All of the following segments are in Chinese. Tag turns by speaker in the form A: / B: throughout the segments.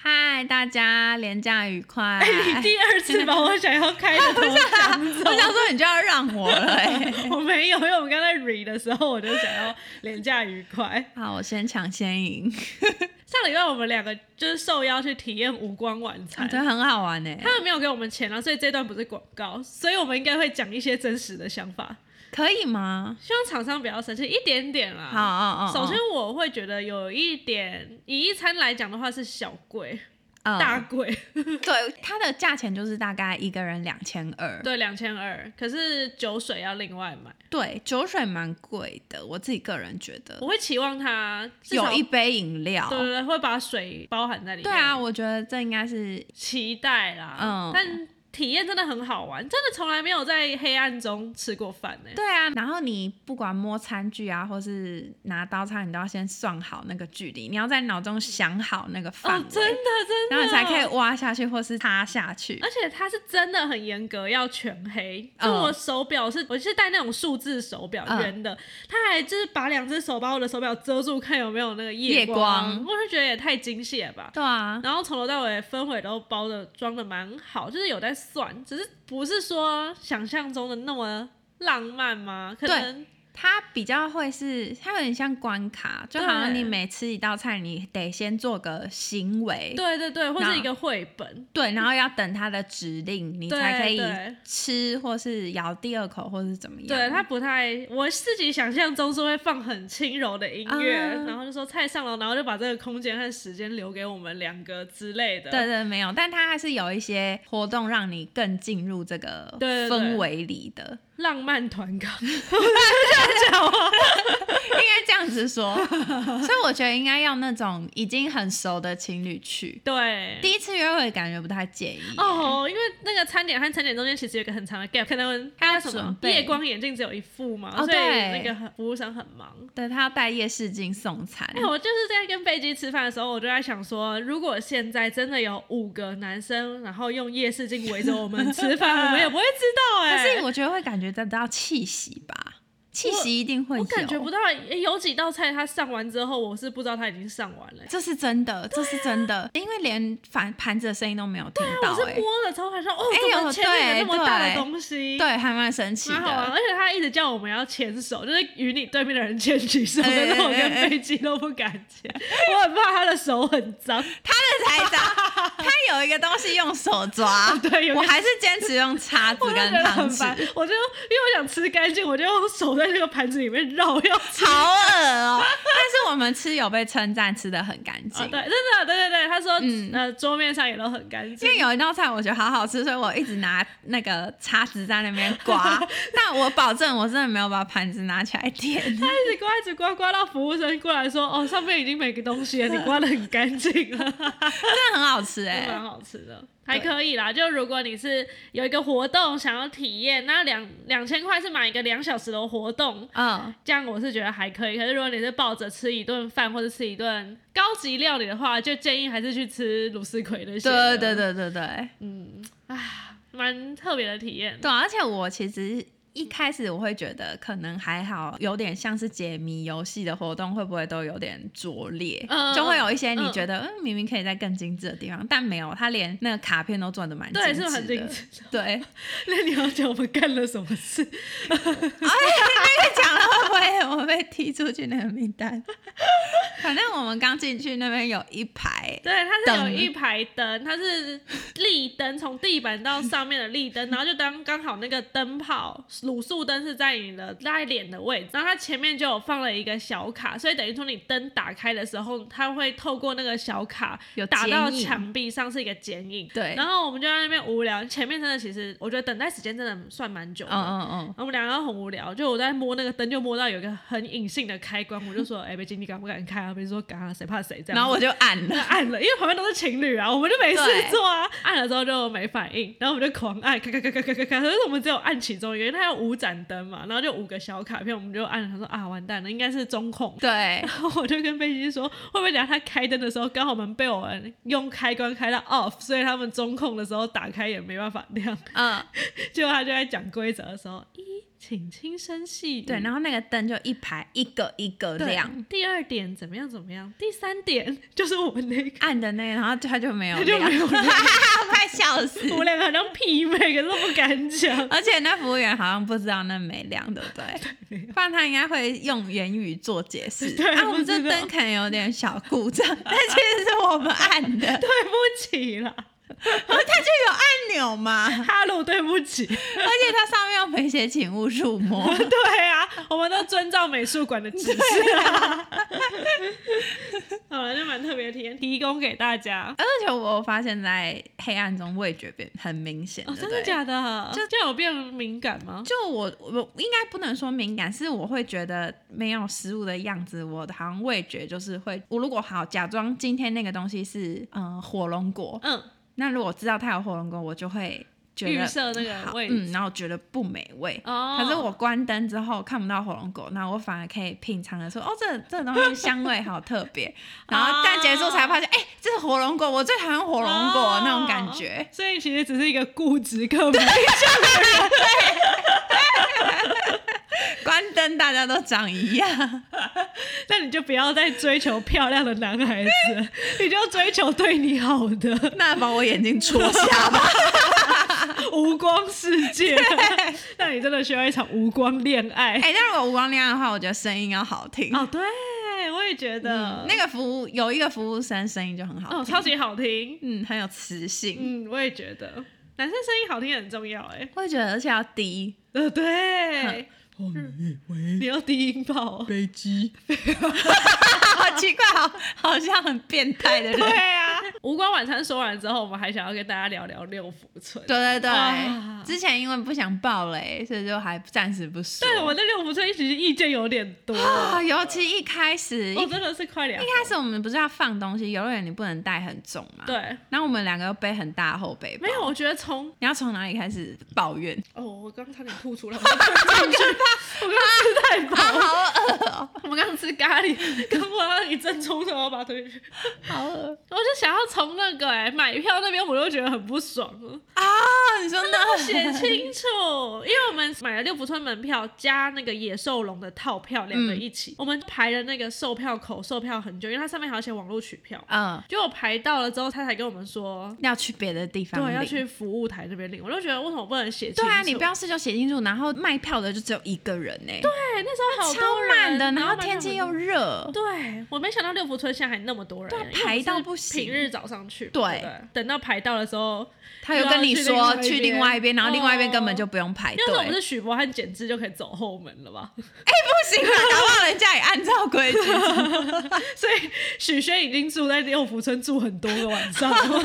A: 嗨，大家廉假愉快！
B: 哎你第二次把我想要开的
A: 不
B: 头
A: 是啊，
B: 讲走
A: 我，想说你就要让我了、欸。
B: 我哎没有，因为我们刚才 re 的时候，我就想要廉价愉快。
A: 好，我先抢先赢，
B: 上礼拜我们两个就是受邀去体验无光晚餐，
A: 我觉得很好玩呢、
B: 他们没有给我们钱啊，所以这段不是广告，所以我们应该会讲一些真实的想法。
A: 可以吗？
B: 希望厂商不要生气，一点点啦。
A: 好，哦哦，
B: 首先我会觉得有一点，以一餐来讲的话是小贵、
A: 嗯
B: 大贵，
A: 对它的价钱就是大概一个人两千二，
B: 对，两千二。可是酒水要另外买，
A: 对，酒水蛮贵的，我自己个人觉得
B: 我会期望它至少
A: 有一杯饮料。
B: 对对对，会把水包含在里
A: 对
B: 面。
A: 啊，，我觉得这应该是
B: 期待啦。
A: 嗯
B: 但体验真的很好玩，真的从来没有在黑暗中吃过饭欸呢、
A: 对啊，然后你不管摸餐具啊，或是拿刀叉，你都要先算好那个距离，你要在脑中想好那个范
B: 哦
A: 围，，
B: 真的真的，
A: 然后你才可以挖下去或是插下去。
B: 而且它是真的很严格，要全黑。就
A: 嗯
B: 我手表是，我是戴那种数字手表，
A: 嗯
B: 圆的，它还就是把两只手把我的手表遮住，看有没有那个
A: 夜
B: 光。
A: 光
B: 我是觉得也太精细了吧。
A: 对啊，
B: 然后从头到尾氛围都包的装的蛮好，就是有在算，只是不是说想象中的那么浪漫吗？可
A: 对
B: 能
A: 它比较会是，它有点像关卡，就好像
B: 对
A: 你每吃一道菜，你得先做个行为，
B: 对对对，或
A: 那
B: 是一个绘本，
A: 对然后要等它的指令，你
B: 对
A: 才可以
B: 对
A: 吃或是咬第二口或是怎么样。
B: 对它不太，我自己想象中是会放很轻柔的音乐，
A: 啊
B: 然后就说菜上楼，然后就把这个空间和时间留给我们两个之类的。
A: 对对，没有，但它还是有一些活动让你更进入这个
B: 对对对
A: 氛围里的，
B: 浪漫团购，
A: 应该这样子说。所以我觉得应该要那种已经很熟的情侣去，
B: 对。
A: 第一次约会感觉不太介意。
B: 哦，因为那个餐点和餐点中间其实有一个很长的 gap，可能
A: 还要
B: 那叫什
A: 准
B: 么
A: 备
B: 夜光眼镜只有一副嘛，
A: 哦
B: 所以
A: 对
B: 那个很服务生很忙。
A: 对他要带夜视镜送餐
B: 哎、，我就是在跟贝基吃饭的时候，我就在想说，如果现在真的有五个男生，然后用夜视镜围着我们吃饭，我们也不会知道哎、
A: 可是我觉得会感觉得到气息吧，气息一定会有。
B: 我感觉不到，诶有几道菜它上完之后，我是不知道它已经上完了、
A: 这是真的，这是真 的，因为连反盘子的声音都没有听到、
B: 我是
A: 哎，
B: 摸了之后还说，哦，
A: 哎
B: 怎
A: 有
B: 么前面有那么大的
A: 对
B: 东西？
A: 对，还蛮啊神奇
B: 蛮好玩，
A: 的。
B: 而且他一直叫我们要牵手，就是与你对面的人牵起手，
A: 哎哎
B: 但是我
A: 哎哎
B: 跟飞机都不敢牵，我很怕他的手很脏。
A: 他的才 渣，他有一个东西用手抓，
B: 对有个
A: 我还是坚持用叉子
B: 我就觉
A: 跟
B: 得
A: 汤
B: 很
A: 匙
B: 烦，，我就因为我想吃干净，我就用手在那个盘子里面绕，要吃。
A: 好恶哦、但是我们吃有被称赞，吃的很干净。
B: 啊对，真的，对对对，他说，
A: 嗯
B: 呃，桌面上也都很干净
A: 因。为有一道菜我觉得好好吃，所以我一直拿那个叉子在那边 刮，但我保证我真的没有把盘子拿起来舔。
B: 他一直刮，一直刮，刮到服务生过来说：“哦，上面已经没个东西了，你刮的很干净 了，
A: 真的很好吃哎、
B: 蛮好吃的，还可以啦。就如果你是有一个活动想要体验，那两两千块是买一个两小时的活动，
A: 嗯，
B: 这样我是觉得还可以。可是如果你是抱着吃一顿饭或者吃一顿高级料理的话，就建议还是去吃鲁斯葵那些。
A: 对对，对对对
B: 嗯，啊，蛮特别的体验。
A: 对啊，而且我其实。一开始我会觉得可能还好，有点像是解谜游戏的活动，会不会都有点拙劣？
B: 嗯
A: 就会有一些你
B: 嗯
A: 觉得嗯明明可以在更精致的地方，但没有，他连那个卡片都做的蛮
B: 对，是不是很
A: 精
B: 精
A: 致的。
B: 致。
A: 对，
B: 那你要讲我们干了什么事？
A: 讲了会不会我们被踢出去那个名 单？反正我们刚进去那边有一排，
B: 对，它是有
A: 灯
B: 一排灯，它是立灯，从地板到上面的立灯，然后就当刚好那个灯泡卤素灯是在你的在脸的位置，然后它前面就有放了一个小卡，所以等于说你灯打开的时候，它会透过那个小卡
A: 有
B: 打到
A: 剪影
B: 墙壁上是一个 剪影。
A: 对
B: 然后我们就在那边无聊，前面真的其实我觉得等待时间真的算蛮久的。
A: 嗯嗯嗯，
B: 然后我们两个都很无聊，就我在摸那个灯，就摸到有一个很隐性的开关，我就说：“哎、北京，你敢不敢开啊？”别人说：“敢啊，谁怕谁。”这样子。
A: 然后我就按 了，
B: 按了，因为旁边都是情侣啊，我们就没事
A: 对
B: 做啊。按了之后就没反应，然后我们就狂按，咔咔咔咔咔咔咔。可是我们只有按其中一个，因为它有五盏灯嘛，然后就五个小卡片，我们就按了。他说啊，完蛋了，应该是中控。
A: 对，
B: 然后我就跟贝西说，会不会等下他开灯的时候，刚好我们被我们用开关开到 off，所以他们中控的时候打开也没办法亮。
A: 嗯，
B: 结果他就在讲规则的时候，一请轻声细语。
A: 对，然后那个灯就一排一个一个
B: 对
A: 亮，
B: 第二点怎么样怎么样？第三点就是我们那个，
A: 暗的那个，然后它就没有
B: 它就
A: 亮，
B: 没有亮
A: 快笑死！
B: 我们两个好像媲美，可是不敢讲。
A: 而且那服务员好像不知道那没亮，对不对？不然他应该会用言语做解释。
B: 对
A: 啊，我们
B: 不
A: 这
B: 知道
A: 灯可能有点小故障，但其实是我们按 的，
B: 对不起啦，
A: 它就有按钮嘛，而
B: 哈鲁，对不起。
A: 且它上面又没写请勿触 摸。
B: 对啊，我们都遵照美术馆的指示啊。 好了，就蛮特别的体验，提供给大家。
A: 而且我发现，在黑暗中味觉变很明显，
B: 哦，
A: 对
B: 真
A: 不
B: 的
A: 对？
B: 假的？
A: 就
B: 就就有变敏感吗？
A: 就我我应该不能说敏感，是我会觉得没有食物的样子，我好像味觉就是会，我如果好假装今天那个东西是嗯、呃火龙果，
B: 嗯，
A: 那如果知道它有火龙果，我就会觉得
B: 预设那个
A: 好
B: 位置。
A: 嗯，然后觉得不美味。
B: 哦，
A: 可是我关灯之后看不到火龙果，那我反而可以品尝的说，哦，这这东西香味好特 别。然后但结束才发现，哎、这是火龙果，我最讨厌火龙果、那种感觉。
B: 所以其实只是一个固执 刻板。
A: 关灯大家都长一 样，
B: 那你就不要再追求漂亮的男孩子，你就追求对你好的
A: 那把我眼睛戳瞎吧。
B: 无光世界。那你真的需要一场无光恋爱。
A: 哎、那如果无光恋爱的话，我觉得声音要好听。
B: 哦，对，我也觉得、
A: 嗯，那个服务有一个服务生声音就很好听，
B: 哦超级好听。
A: 嗯，很有磁性。
B: 嗯，我也觉得男生声音好听很重要。哎，
A: 会觉得而且要低，
B: 呃，对，
C: 哦，你喂，
B: 你要低音炮。
C: 飞机。
A: 好奇怪，好好像很变态的人。
B: 对啊，无光晚餐说完之后，我们还想要跟大家聊聊六福村。
A: 对对对，
B: 哇
A: 之前因为不想爆雷，所以就还暂时不说。
B: 对，我对六福村其实意见有点多。
A: 啊，尤其一开始，一
B: 我
A: 一
B: 真的是快点。
A: 开始我们不是要放东西，游乐园你不能带很重嘛。。
B: 对，
A: 然后我们两个又背很大的后背包
B: 没有，，我觉得从
A: 你要从哪里开始抱怨？
B: 哦，我刚刚差点吐出来，我刚觉得 我刚刚吃太饱，啊
A: 好饿，
B: 我刚刚吃咖 喱，刚我到一阵冲突，我把它推进去，
A: 好饿
B: 我就想要从那个哎、买票那边，我就觉得很不爽了，
A: 啊！你说呢？
B: 写清楚，因为我们买了六福村门票加那个野兽龙的套票两个一起，我们排了那个售票口售票很久，因为它上面还要写网络取票，
A: 嗯，
B: 结果排到了之后，他才跟我们说。
A: 要去别的地方领。
B: 对，要去服务台那边领，我就觉得为什么不能写清楚？
A: 对啊，你标示就写清楚，然后卖票的就只有一个人呢、对，
B: 对，那时候好
A: 超
B: 多人
A: 满的，然后
B: 买
A: 天
B: 票
A: 气
B: 很
A: 又
B: 多
A: 热。
B: 对，我没想到六福村现在还那么多人，
A: 对啊
B: 因为我
A: 排到
B: 是
A: 不行
B: 平日早上去嘛，
A: 对
B: 对不对，等到排到的时候，
A: 他有跟你说
B: 又要
A: 去
B: 去
A: 另
B: 另
A: 外
B: 外
A: 一
B: 一
A: 边，
B: 边
A: 然后另外一边哦
B: 哦
A: 根本就不用排队。
B: 要是 我们是许博和简志，就可以走后门了吧？
A: 不行啊，搞不好人家也按照规矩。
B: 所以许轩已经住在六福村住很多个晚 上了，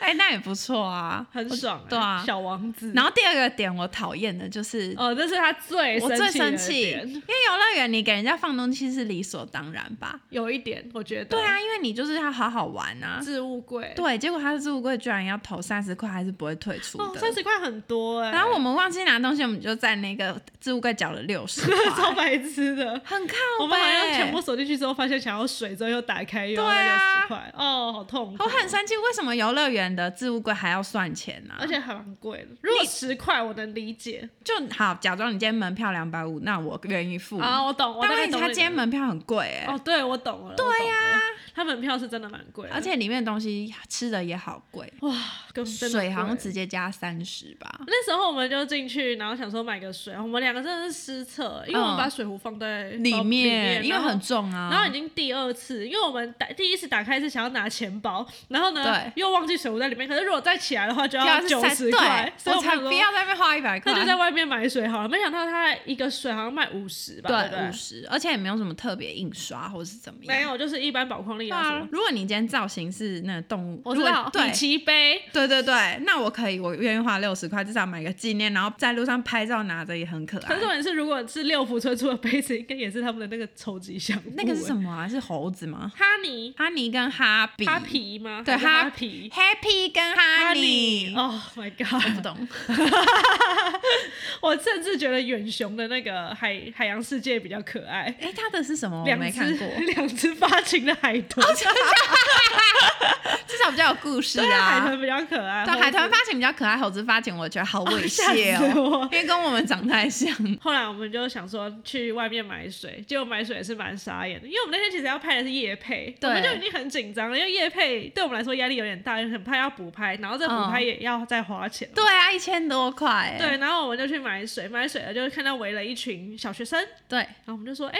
A: 哎、那也不错啊，
B: 很爽、欸，
A: 对啊
B: 小王子。
A: 然后第二个点我讨厌的就是。
B: 哦，这是他最
A: 我最生
B: 生气
A: 气，
B: 的
A: 因为
B: 点，
A: 游乐园你给人家放东西是理所当然吧？
B: 有一点我觉得
A: 对，啊，因为你就是要好好玩啊。
B: 置物柜，
A: 对，结果他的置物柜居然要投三十块，还是不会退出
B: 哦，
A: 的。
B: 三十块很多哎、
A: 然后我们忘记拿东西，我们就在那个置物柜缴了六十
B: 超
A: 块，
B: 白痴的。
A: 很靠
B: 我们好像
A: 北。
B: 全部锁进去之后，发现想要水之后又打开，又要
A: 欸对啊
B: 六十块，哦，好痛苦。
A: 我很生气，为什么游乐园的置物柜还要算钱呢、
B: 而且还蛮贵的。如果十块，我能理解
A: 就好，假装你今天门票两百五，那我愿意付。
B: 啊，我懂，我
A: 但
B: 大概
A: 问题
B: 懂
A: 他
B: 你
A: 今天
B: 的
A: 门票很贵哎、
B: 哦，对，我懂了。对呀，他门票是真的蛮贵的，
A: 而且里面的东西吃的也好贵，
B: 哇，跟真的
A: 水好像
B: 贵
A: 直接加三十吧。
B: 那时候我们就进去，然后想说买个水，我们两个真的是失策，因为我
A: 嗯
B: 们把水壶放在包
A: 里
B: 里面，
A: 因为
B: 然后
A: 很。重啊。
B: 然后已经第二次，因为我们打第一次打开是想要拿钱包，然后呢
A: 对
B: 又忘记水壶在里面。可是如果再起来的话，就
A: 就要
B: 要
A: 是
B: 九
A: 三
B: 十块，
A: 对
B: 所以
A: 我
B: 我们
A: 才
B: 想说
A: 不要在那边花一百块。
B: 那就在外面买水好了。没想到他一个水好像卖五十吧，对不
A: 对
B: 对
A: 五？十，而且也没有什么特别印刷或是怎么样。
B: 没有，就是一般宝矿力
A: 对
B: 啊什
A: 啊
B: 么。，
A: 如果你今天造型是那个动物，
B: 我
A: 如
B: 知
A: 果
B: 道，
A: 对
B: 米奇杯，
A: 对对对，那我可以，我愿意花六十块，至少买个纪念，然后在路上拍照拿着也很可
B: 可
A: 爱
B: 是。重点是，如果是六福村出的杯子，应该也是他们的那个筹集项目。
A: 那个是什
B: 么？
A: 么啊？是猴子吗？
B: 哈尼
A: 哈尼跟哈比，
B: 哈皮吗？
A: 对
B: 还是
A: 哈
B: 哈皮。
A: Happy 跟哈尼，
B: 哦、oh、my
A: 不
B: god！
A: 懂。
B: 我甚至觉得远雄的那个海海洋世界比较可爱，
A: 哎，他的是
B: 哦
A: 什么？我
B: 两
A: 没
B: 只
A: 看过，
B: 哦两只发情的海豚，
A: 至少比较有故事
B: 对啊，海
A: 啊。
B: 豚比较可爱。
A: 对，
B: 猴
A: 海
B: 子
A: 豚发情比较可爱，猴子发情我觉得好猥
B: 吓
A: 亵
B: 死
A: 哦，
B: 我！
A: 因为跟我们长太像。
B: 后来我们就想说去外面买水，结果买水也是蛮傻眼的，因为我们那天其实要拍的是夜配，我
A: 对
B: 们就已经很紧张了，因为夜配对我们来说压力有点大，因为很怕要补拍，然后这补
A: 嗯
B: 拍也要再花钱。
A: 对啊，一千多块欸。
B: 对，然后我们就去买水，买水了就看到围了一群小学生，
A: 对
B: 然后我们就说，哎、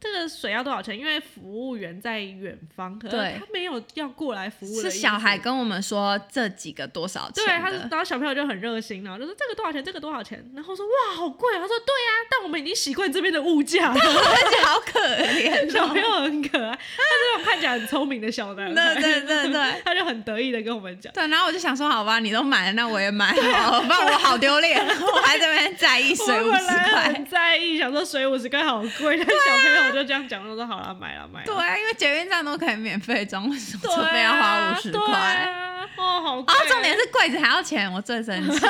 B: 这个水要多少钱？因为服务员在远方，可是
A: 对
B: 他没有要过来服务的
A: 是
B: 意思
A: 小孩跟我们说这几个多少钱
B: 对，
A: 的？
B: 他是然后小朋友就很热心，然后就说这个多少钱，这个多少钱，然后说哇好贵啊，他说对啊，但我们已经习惯这边的物价了。
A: 而且好可怜、哦，
B: 小朋友很可爱，他是那种看起来很聪明的小男孩，
A: 对对对对，
B: 他就很得意的跟我们讲，
A: 对，然后我就想说，好吧，你都买了，那我也买 好了，不然我好丢脸，哦我还在那边在意水
B: 我
A: 五
B: 们本
A: 十
B: 来
A: 块啊
B: 很。在意，想说水五十块好贵，但小朋友就这样讲，我就说好了，买了买了，
A: 对啊，因为捷运站都可以免费装，为什么
B: 对
A: 车
B: 啊，
A: 费要花五十
B: 对
A: 块？
B: 啊哦，好
A: 哦
B: 贵，，
A: 重点是柜子还要钱，我最生气，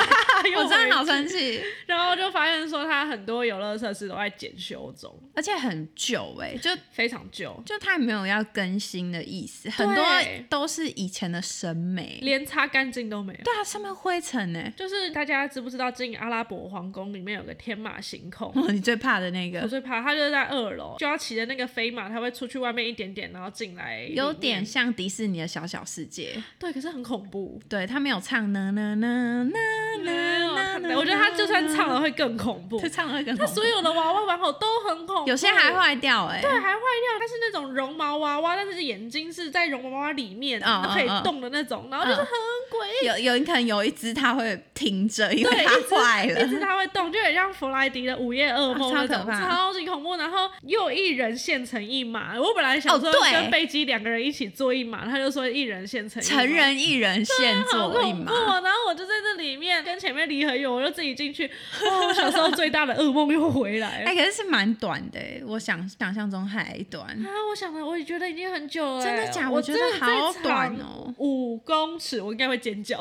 B: 又
A: 我 真的好
B: 回去
A: 生气，
B: 然后就发现说，它很多游乐设施都在检修中，
A: 而且很久哎、就
B: 非常旧，
A: 就它也没有要更新的意思，很多都是以前的审美。
B: 连擦干净都没有。
A: 对啊，上面灰尘哎、
B: 就是大家知不知道进阿拉伯皇宫里面有个天马行空？
A: 哦，你最怕的那
B: 我
A: 个，
B: 最怕它就是在二楼，就要骑着那个飞马，它会出去外面一点点，然后进来里面，
A: 有点像迪士尼的小小世界。
B: 对，可是很恐怖。
A: 对他没有唱呢呢呢呢
B: 没有
A: 呢呢，
B: 我觉得他就算唱了会更恐怖
A: 他，唱了一个
B: 他所有的娃娃玩偶都很恐怖，
A: 有些还坏掉哎、
B: 对，啊还坏掉，它是那种绒毛娃娃，但是眼睛是在绒毛娃娃里面，
A: 嗯嗯
B: 可以
A: 嗯
B: 动的那种，然后就是
A: 嗯
B: 很诡异，
A: 有有可能有一只它会停着，因
B: 对
A: 为
B: 一只
A: 它坏
B: 一
A: 了。
B: 直它会动，就很像弗莱迪的午夜噩梦那
A: 啊超
B: 种，
A: 可怕
B: 超级恐怖。然后又一人现成一马，我本来想
A: 哦
B: 说
A: 对
B: 跟贝基两个人一起坐一马，他就说一人现成一马
A: 成。人一人现
B: 啊好
A: 做一
B: 恐
A: 马
B: 怖、，哦！然后我就在这里面跟前面离很远，我就自己进去。哦，我小时候最大的噩梦又回来了。
A: 哎、可是是蛮短的、欸，我想想象中还短。
B: 啊，我想的，我也觉得已经很久了欸。
A: 真的假？
B: 我。
A: 我觉得好短。哦
B: 五公尺，我应该会尖叫。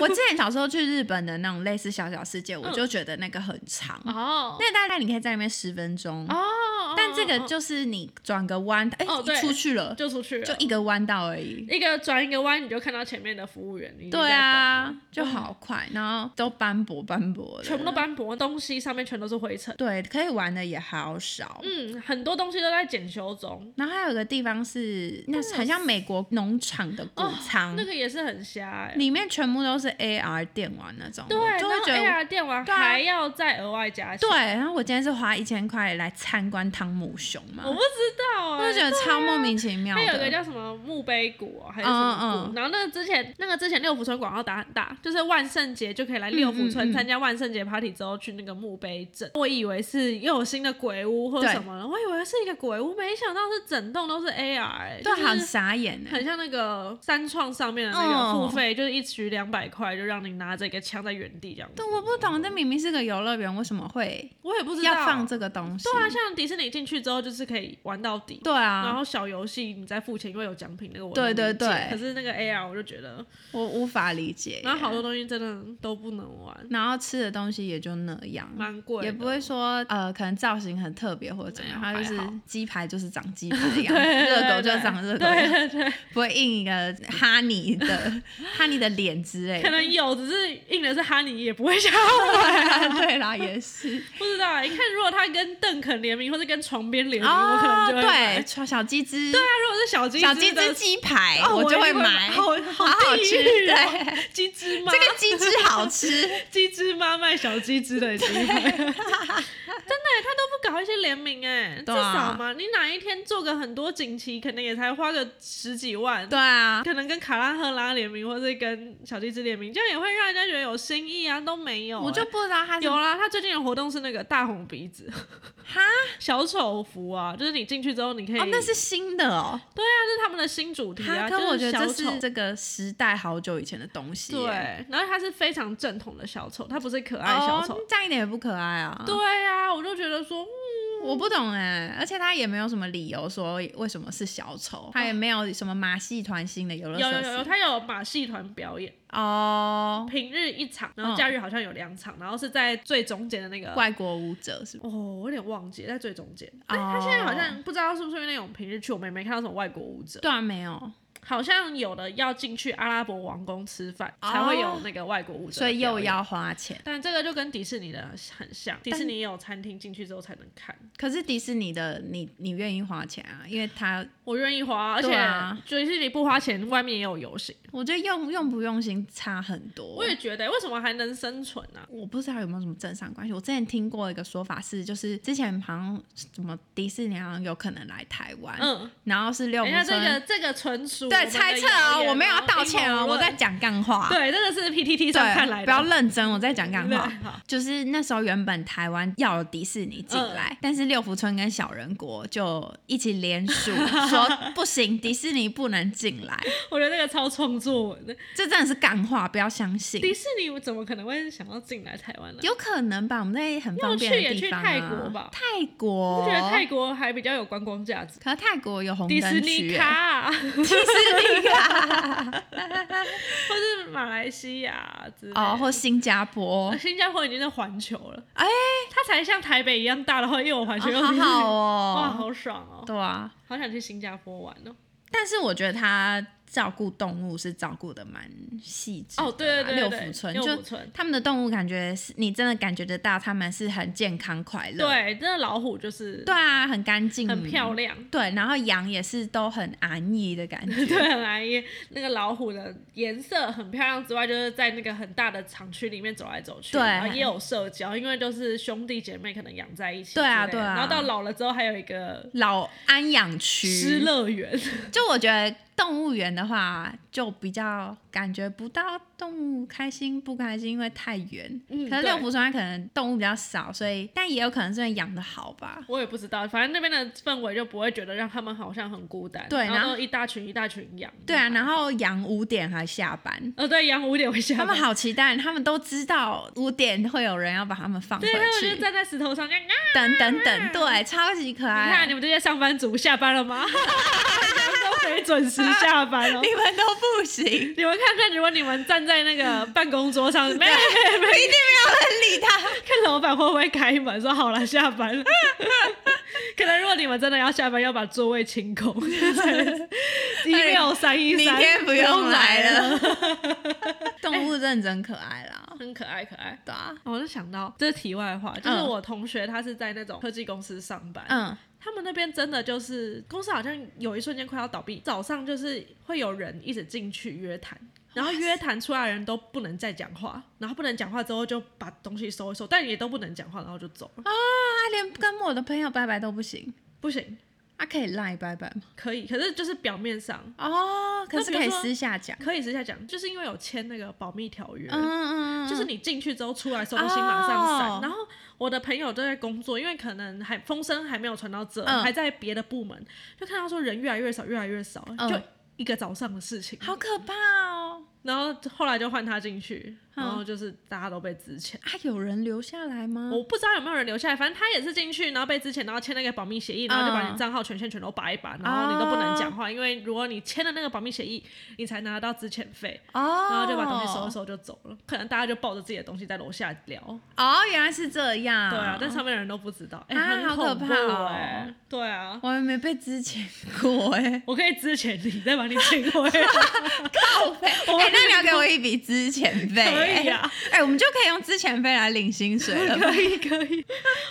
A: 我之前小时候去日本的那种类似小小世界，我就觉得那个很长，
B: 嗯哦
A: 那大概你可以在里面十分钟。
B: 哦，
A: 但这个
B: 哦
A: 就是你转个弯，哎、
B: 哦对
A: 出去了，
B: 就出去了，
A: 就一个弯道而已。
B: 一个转一个弯，你就看到前面的服务员。你已经
A: 对
B: 在
A: 啊
B: 等了，
A: 就好快，然后都斑驳斑驳的，
B: 全部都斑驳，东西上面全都是灰尘。
A: 对，可以玩的也好少。
B: 嗯，很多东西都在检修中。
A: 然后还有一个地方是，
B: 哦
A: 那是很像美国农场的谷仓，
B: 那个也是很瞎哎、
A: 里面全部都是 AR 电玩那种，
B: 对，
A: 我
B: 然
A: 就
B: 后
A: 会觉得。
B: AR 电玩
A: 对啊
B: 还要再额外加钱
A: 对，，然后我今天是花一千块来参观汤姆熊嘛，
B: 我不知道哎、
A: 我就觉得超莫名其妙
B: 它有一个
A: 的。
B: 叫什么墓碑谷、哦，还是什么
A: 嗯
B: 谷？
A: 嗯
B: 然后那个之前那个之前六福村广告打很大，就是万圣节就可以来六福
A: 嗯
B: 村
A: 嗯嗯
B: 参加万圣节 party 之后去那个墓碑镇。我以为是又有新的鬼屋或者
A: 对
B: 什么了，我以为是一个鬼屋，没想到是整栋都是 AR，、欸、就
A: 对，好
B: 是
A: 傻眼哎、
B: 很像那个三创上面的那个
A: 哦
B: 付费，就是一局两百块，就让你拿着一个枪在原地这样子。
A: 对，我不懂，这明明是个游乐园，为什么会
B: 我也不知道
A: 要放这个东西？
B: 对啊，像迪士尼进去之后就是可以玩到底，
A: 对啊，
B: 然后小游戏你再付钱，因为有奖品那个我
A: 对
B: 能理
A: 对
B: 解
A: 对
B: 可是那个 AR 我就觉得，
A: 我无法理解耶。
B: 然后好多东西真的都不能玩，
A: 然后吃的东西也就那样，
B: 蛮贵的，
A: 也不会说呃，可能造型很特别或者怎么样，
B: 没有
A: 它就
B: 还
A: 是
B: 好
A: 鸡排就是长鸡排的样子，
B: 对。
A: 热狗
B: 对
A: 就长热狗的
B: 对
A: 样子，
B: 对对，
A: 不会印一个哈尼的哈尼的脸之 类
B: 可
A: 的。
B: 能有，只是印的是哈尼，也不会想要 玩。
A: 对啦，也是
B: 不知道哎、看如果他跟邓肯联名，或者跟床边联名，我可能
A: 哦，
B: 就会买。
A: 对，小小鸡汁，
B: 对啊，如果是小鸡
A: 小
B: 鸡
A: 鸡汁
B: 的
A: 鸡排，
B: 哦
A: 就
B: 一
A: 会
B: 定
A: 买，
B: 好
A: 好
B: 好
A: 好
B: 地
A: 吃，
B: 狱哦
A: 对，
B: 鸡汁吗？
A: 这个鸡汁好吃，
B: 鸡汁妈卖小鸡汁的鸡 排，真的耶，他都不搞一些联名哎，至
A: 对啊
B: 少嘛，你哪一天做个很多锦旗，可能也才花个十几万。
A: 对啊，
B: 可能跟卡拉赫拉联名，或者跟小鸡汁联名，这样也会让人家觉得有新意啊，都没有欸、
A: 我就不知道它是
B: 有啊啦。他最近的活动是那个大红鼻子、
A: 哈，
B: 小丑服啊，就是你进去之后，你可以，
A: 哦，那是新的哦，
B: 对啊，这是他们的新主题
A: 哈，
B: 啊。
A: 可我觉得这
B: 就是小丑啊
A: 是这个时代好久以前的东西耶，
B: 对，然后他是非常正统的小丑，他不是可爱小丑。
A: 哦，这样一点也不可爱啊。
B: 对啊，我就觉得说，嗯
A: 我不懂哎、而且他也没有什么理由说为什么是小丑，他也没有什么马戏团新的游乐
B: 哦有有
A: 设
B: 有有，
A: 施
B: 他有马戏团表演，
A: 哦，嗯
B: 平日一场，然后假日好像有两场，然后是在最中间的那个。
A: 外国舞者是不
B: 哦，我有点忘记，在最中间。
A: 哦哦
B: 但他现在好像不知道是不是因为那种平日去，我们也没看到什么外国舞者
A: 是？。对啊，没有，
B: 好像有的要进去阿拉伯王宫吃饭，
A: 哦
B: 才会有那个外国舞者，
A: 所以又。要花钱。
B: 但这个就跟迪士尼的很像，迪士尼也有餐厅进去之后才能看。
A: 可是迪士尼的你你愿意花钱啊？因为他
B: 我愿意花，而且
A: 对啊
B: 迪士尼不花钱，外面也有游行。
A: 我觉得用用不用心差很多。
B: 我也觉得，为什么还能生存呢、啊？
A: 我不知道有没有什么正常关系。我之前听过一个说法是，就是之前好像什么迪士尼好像有可能来台湾，
B: 嗯，
A: 然后是六
B: 等一下
A: 福
B: 这
A: 村。
B: 个这个纯属我
A: 对，
B: 们的
A: 猜测哦，
B: 谣言
A: 我没有要道歉哦，
B: 阴谋
A: 我
B: 论
A: 在讲干话。
B: 对，这个是 PTT 上看来
A: 对，
B: 的，
A: 不要认真，我在讲干话。
B: 对好
A: 就是那时候原本台湾要有迪士尼进来，
B: 嗯
A: 但是六福村跟小人国就一起联署 说不行，迪士尼不能进来，
B: 我觉得这个超创作文的。
A: 这真的是干话，不要相信。
B: 迪士尼怎么可能会想要进来台湾呢、
A: 有可能吧，我们在很方便
B: 要
A: 的
B: 去
A: 地
B: 也
A: 啊
B: 去
A: 方、啊、
B: 泰国吧
A: 泰国，
B: 我觉得泰国还比较有观光价值。
A: 可是泰国有红
B: 迪士
A: 灯
B: 尼
A: 区、
B: 卡
A: 欸，
B: 啊，
A: 迪士尼卡
B: 或是马来西亚之类的啊
A: 哦，或新加 坡，
B: 新加坡已经是环球了，
A: 哎
B: 它才像台北一样大的话，又有环球，又
A: 哦
B: 有
A: 好
B: 迪士尼
A: 好
B: 哇，
A: 哦，
B: 好爽哦，
A: 对啊。
B: 好想去新加坡玩哦。
A: 但是我觉得他照顾动物是照顾的蛮细致的啦
B: 哦，对对对对，
A: 六福村
B: 六福
A: 就
B: 村，
A: 他们的动物感觉是你真的感觉得到他们是很健康快乐，
B: 对，那老虎就是
A: 对啊，很干净，
B: 很漂，亮，
A: 对，然后羊也是都很安逸的感觉，
B: 对，很安逸。那个老虎的颜色很漂亮之外，就是在那个很大的厂区里面走来走去，
A: 对
B: 然后也有社交，因为都是兄弟姐妹可能养在一起之类
A: 对
B: 的，
A: 啊对啊
B: 然后到老了之后还有一个
A: 老安养区，
B: 失乐园，
A: 就我觉得动物园的话，就比较感觉不到动物开心不开心，因为太远。
B: 嗯
A: 可是六
B: 对
A: 福村它可能动物比较少，所以但也有可能是因为养的好吧。
B: 我也不知道，反正那边的氛围就不会觉得让他们好像很孤单，
A: 对
B: 然
A: 然
B: 后
A: 后
B: 都一大群一大群养，
A: 对啊，然后羊五点还下 班，
B: 呃对，养五点会下
A: 他
B: 班，
A: 们好期待，他们都知道五点会有人要把他们放回
B: 对，他们就
A: 去，
B: 站在石头上这样，啊
A: 等等 等，对，超级可
B: 你看
A: 爱。
B: 你们这些上班族下班了吗？ 都可以准时下班哦。
A: 你们都不行，一定
B: 你们看看，如果你们站在那个办公桌上，没没没
A: 没有人理他。
B: 看老板会不会开门说好了下班了。 可能如果你们真的要下班，要把座位清 空。email 三一
A: 明
B: 三，
A: 天不用来
B: 了，
A: 了。 动物认真可爱啦，
B: 很可爱可爱。
A: 对啊，
B: 哦我就想到，这是题外话，就是
A: 嗯
B: 我同学他是在那种科技公司上班，
A: 嗯。
B: 他们那边真的就是公司好像有一瞬间快要倒闭，早上就是会有人一直进去约谈，然后约谈出来的人都不能再讲话，然后不能讲话之后就把东西收一收，但也都不能讲话，然后就走了。
A: 他连跟我的朋友拜拜都不行，
B: 不行，
A: 他、可以赖拜拜吗？
B: 可以，可是就是表面上
A: 哦，可是
B: 那
A: 可以
B: 比如说
A: 私下讲，
B: 可以私下讲，就是因为有签那个保密条约。
A: 嗯嗯嗯，
B: 就是你进去之后出来，收东西马上散。
A: 哦
B: 然后我的朋友都在工作，因为可能还风声还没有传到这，
A: 嗯
B: 还在别的部门，就看到说人越来越少，越来越少，
A: 嗯
B: 就一个早上的事情。
A: 好可怕哦！
B: 然后后来就换他进去，
A: 嗯
B: 然后就是大家都被支遣。
A: 啊，有人留下来吗？
B: 我不知道有没有人留下来，反正他也是进去，然后被之前，然后签那个保密协议，然后就把
A: 嗯
B: 你账号权限全都拔一拔，然后你都不能
A: 哦
B: 讲话，因为如果你签了那个保密协议，你才拿到之前费，
A: 哦，
B: 然后就把东西收一收就走了。可能大家就抱着自己的东西在楼下聊，
A: 哦，原来是这样。
B: 对啊，但上面的人都不知道，哎、
A: 啊
B: 很
A: 好
B: 恐
A: 可
B: 怖
A: 怕哦
B: 哎、对啊。，
A: 我还没被之前过哎、欸
B: 我可以之前你再把你 请回来，
A: 靠背哎、那你要给我一笔之前费、
B: 可
A: 欸，
B: 以啊，
A: 哎、我们就可以用之前费来领薪水 了吧。
B: 可以可以，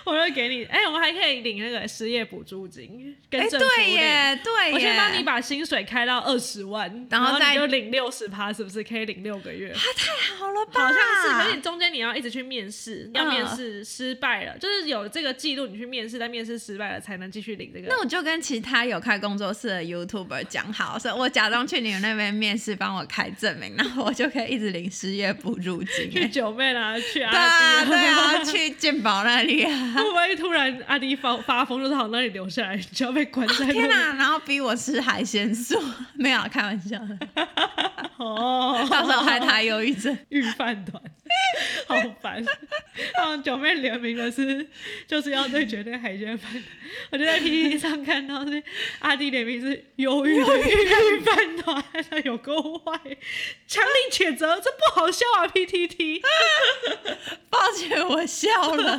B: 我会给你。哎、我们还可以领那个失业补助金，跟
A: 哎、
B: 政府
A: 对
B: 领。
A: 耶，对耶，啊
B: 我先帮你把薪水开到二十万，
A: 然后
B: 后你
A: 再
B: 就领六十趴，是不是可以领六个月？
A: 好了吧？嗯
B: 好像是，可是你中间你要一直去面试，要面试失败了，就是有这个记录，你去面试，但面试失败了才能继续领这个
A: 那。我就跟其他有开工作室的 YouTuber 讲好，所以我假装去你们那边面试，帮我开证明，然后我就可以一直领失业补助金、
B: 去
A: 欸。
B: 九妹啦，去阿
A: 对啊，
B: 迪
A: 对啊，去健保那里啊！
B: 会不会突然阿迪发发疯，就是好，那你留下来，你就要被关在那里。
A: 啊天哪、然后逼我吃海鲜素， 没有啊开玩笑的，
B: 哦，
A: 到时候害他忧郁 症。
B: 御饭团，好烦。然后九妹联名的是，就是要对决那个海鲜饭团。我就在 PPT 上看到是阿弟联名是忧郁的御饭团，他有够坏，强力谴责，这不好笑啊！PTT
A: 抱歉，我 笑了。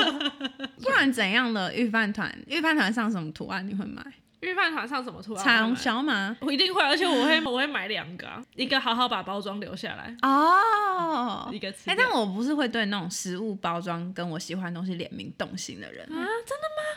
A: 不然怎样的预饭团？预饭团上什么图案你会买？
B: 御饭团上什么图案？
A: 产小马
B: 我一定会，而且我会我会买两个啊、一个好好把包装留下来，
A: 哦。
B: 一个吃
A: 哎、
B: 掉。
A: 但我不是会对那种食物包装跟我喜欢的东西联名动心的人，
B: 啊，真的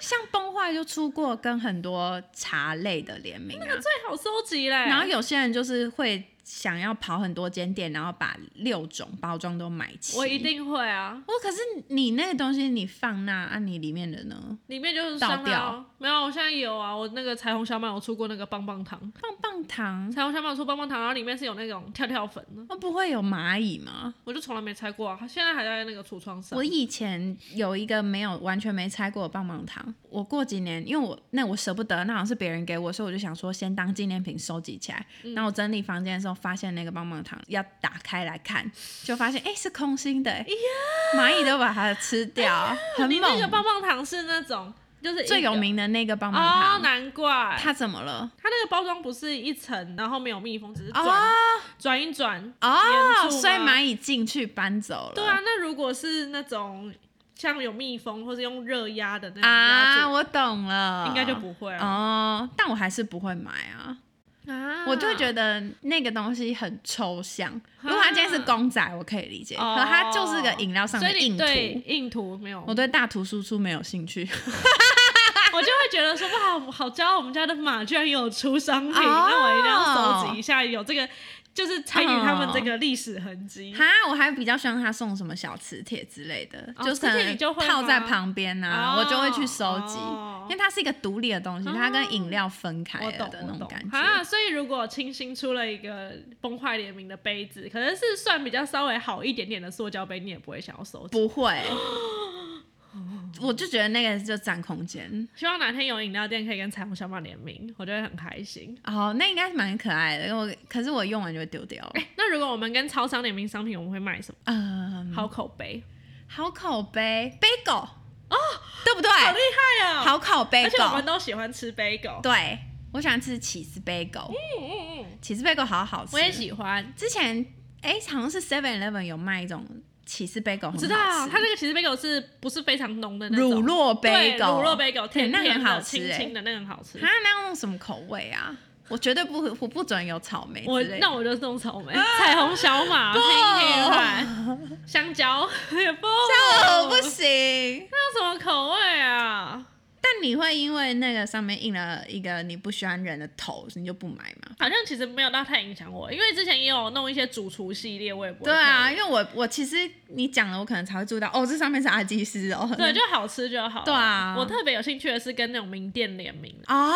A: 像崩坏就出过跟很多茶类的联名啊，
B: 最好收集嘞。
A: 然后有些人就是会想要跑很多间店，然后把六种包装都买齐。
B: 我一。定会啊，
A: 我可是你那个东西你放那，啊你里面的呢？
B: 里面就是
A: 倒
B: 香料
A: 掉，
B: 没有，我现在有啊，我那个彩虹小满我出过那个棒棒糖，
A: 棒棒糖，
B: 彩虹小满出棒棒糖，然后里面是有那种跳跳粉 的，
A: 那哦不会有蚂蚁吗？
B: 我就从来没拆过啊，现在还在那个橱窗上
A: 我。以前有一个没有完全没拆过的棒棒糖，我过几年，因为我那我舍不得，那好像是别人给我，所以我就想说先当纪念品收集起来。然后我整理房间的时候，发现那个棒棒糖要打开来看，就发现哎、诶是空心的、诶蚂蚁都把它吃掉， 很
B: 你那个
A: 猛。
B: 棒棒糖是那种就是一个
A: 最有名的那个棒棒
B: 哦，
A: 糖，
B: 难怪
A: 它怎么了？
B: 它那个包装不是一层，然后没有密封，只是转
A: 哦
B: 转一转。
A: 哦，
B: 粘住吗
A: 所以蚂蚁进去搬走了。
B: 对啊，那如果是那种像有密封或是用热压的那种压
A: 啊，
B: 住，
A: 我懂了，
B: 应该就不会啊。
A: 哦，但我还是不会买啊。
B: 啊
A: 我就会觉得那个东西很抽象。如果它今天是公仔，我可以理解，
B: 啊哦
A: 可它就是个饮料上
B: 所
A: 的
B: 以
A: 硬
B: 你对
A: 图。
B: 硬图没有，
A: 我
B: 我
A: 对大图输出没有兴趣。
B: 我就会觉得说哇，我好骄傲，我们家的马居然有出商品，
A: 哦
B: 那我一定要收集一下，有这个就是参与他们这个历史痕迹。
A: 哈，我还比较喜欢他送什么小磁铁之类的，
B: 哦
A: 就是可
B: 磁铁
A: 能
B: 你就会吗
A: 套在旁边啊，
B: 哦
A: 我就会去收集，
B: 哦
A: 因为它是一个独立的东西，
B: 哦
A: 它跟饮料分开
B: 我
A: 了
B: 懂
A: 的
B: 我
A: 那种
B: 懂
A: 感
B: 啊，
A: 觉。
B: 所以如果清新出了一个崩坏联名的杯子，可能是算比较稍微好一点点的塑胶杯，你也不会想要收集。
A: 不会，我就觉得那个就占空间。
B: 希望哪天有饮料店可以跟彩虹小马联名，我觉得很开心。
A: 哦，那应该是蛮可爱的，我可是我用完就会丢掉了。
B: 哎那如果我们跟超商联名商品，我们会卖什么？
A: 嗯，
B: 好口碑，
A: 好口碑，bagel 哦，对不对？
B: 好厉害哦！
A: 好口
B: 而且我们
A: bagel，
B: 都喜欢吃 bagel。
A: 对我喜欢吃起司 bagel，
B: 嗯嗯嗯，
A: 起司 bagel 好好吃。
B: 我也喜欢。
A: 之前哎，好像是 Seven Eleven 有卖一种起司 bagel，很
B: 知道啊
A: 好吃
B: 它那个其实 bagel 是不是非常浓的那
A: 乳
B: 种？
A: 酪
B: 对
A: bagel，
B: 乳酪 bagel 甜
A: 那
B: 甜
A: 很
B: 的、
A: 好吃
B: 清
A: 哎
B: 清的，那个很好吃
A: 它。那用什么口味啊？我绝对不我不准有草莓
B: 我
A: 之类的
B: 那我就弄草莓、哎彩虹小马、黑黑软、 香蕉，也不
A: 那我
B: 不
A: 不行。
B: 那什么口味啊？
A: 但你会因为那个上面印了一个你不喜欢人的头，你就不买吗？
B: 好像其实没有到太影响我，因为之前也有弄一些主厨系列，我也不会
A: 对啊，
B: 弄，
A: 因为我我其实你讲了，我可能才会注意到哦，这上面是阿基斯哦。
B: 对，就好吃就好。
A: 对啊
B: 我特别有兴趣的是跟那种名店联名 的，
A: 哦，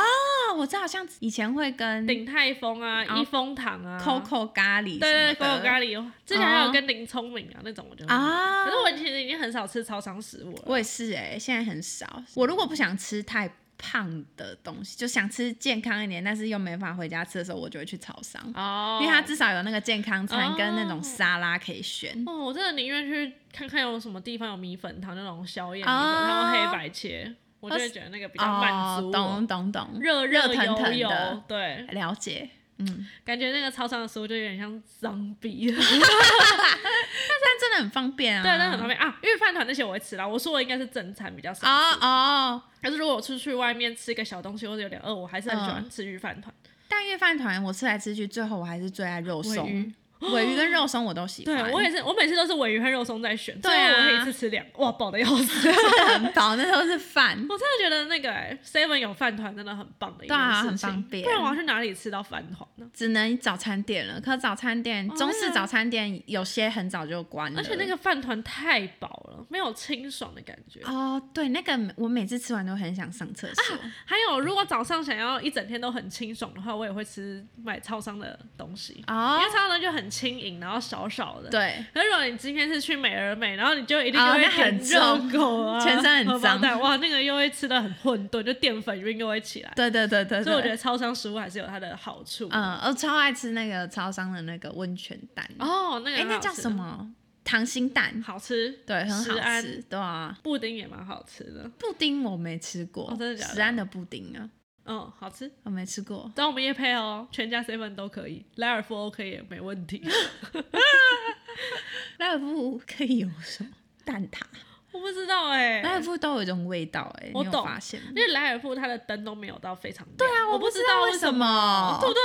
A: 我知道，像以前会跟
B: 鼎泰丰啊、
A: 啊
B: 益丰堂啊、
A: Coco 咖喱什么的，
B: 对对对，Coco 咖
A: 喱
B: 喱，之前还有
A: 哦
B: 跟林聪明啊那种，我就。
A: 啊
B: 可是，我其实已经很少吃超商食物了。
A: 我也是哎、现在很少。我如果不想吃太胖的东西，就想吃健康一点，但是又没法回家吃的时候，我就会去超商，
B: 哦
A: 因为它至少有那个健康餐
B: 哦
A: 跟那种沙拉可以选。
B: 哦，我真的宁愿去看看有什么地方有米粉汤那种宵夜米粉
A: 啊
B: 汤、黑白切，我就会觉得那个比较满
A: 哦，
B: 足我。
A: 懂懂懂，
B: 热
A: 热腾
B: 油
A: 腾
B: 油
A: 的
B: 对，
A: 了解。嗯，
B: 感觉那个超商的食物就有点像脏逼， 对，
A: 但真的很方便啊。
B: 但很方便啊。因为饭团那些我会吃啦，我说我应该是正餐比较少
A: 哦
B: 吃，
A: 哦，
B: 可是如果我出去外面吃个小东西或者有点饿，我还是很喜欢
A: 嗯
B: 吃鱼饭团、
A: 但越饭团我吃来吃去，最后我还是最爱肉
B: 尾鱼
A: 松，。尾鱼跟肉松我都喜欢。
B: 对我也是，我每次都是尾鱼和肉松在选，
A: 对
B: 最后
A: 啊
B: 我可以一次吃两，哇，饱的要死。
A: 真的很饱，那都是饭。
B: 我真的觉得那个欸 Seven、有饭团真的很棒的一
A: 对
B: 件
A: 啊
B: 事情，
A: 很方便
B: 不然我要去哪里吃到饭团呢？
A: 只能早餐店了，可早餐店、
B: 哦
A: 中式
B: 对啊
A: 早餐店有些很早就关了，
B: 而且那个饭团太饱了，没有清爽的感觉。
A: 哦，对，那个我每次吃完都很想上厕 所，
B: 还有，如果早上想要一整天都很清爽的话，我也会吃买超商的东西，因为
A: 哦，
B: 超商的就很轻盈，然后少少的。。
A: 对，
B: 可是如果你今天是去美而美，然后你就一定就
A: 哦
B: 会
A: 那很
B: 点热狗啊，
A: 重全身很
B: 荷包
A: 脏
B: 蛋哇，那个又会吃的很混沌，就淀粉晕又会起来。
A: 对对对对
B: 所以我觉得
A: 对，
B: 超商食物还是有它的好处。
A: 嗯，我超爱吃那个超商的那个温泉蛋，哎、
B: 哦，那个很好
A: 那叫
B: 吃
A: 什么？溏心蛋，
B: 好吃，
A: 对，很
B: 食
A: 好
B: 安
A: 吃，对啊，
B: 布丁也蛮好吃的，
A: 布丁我没吃过，
B: 哦真的假的
A: 食安的布丁啊，
B: 嗯，好吃。
A: 我没吃过，
B: 找我们叶配哦，全家 seven 都可以，莱尔富 OK 也没问题。
A: 莱尔夫可以有什么蛋挞？
B: 我不知道哎、
A: 莱尔富都有一种味道、欸，哎，
B: 我
A: 你有
B: 懂
A: 发现吗？
B: 因为莱尔富它的灯都没有到非常亮，对啊
A: 我
B: 我
A: 不
B: 知
A: 知道为
B: 为什
A: 什么
B: 对不对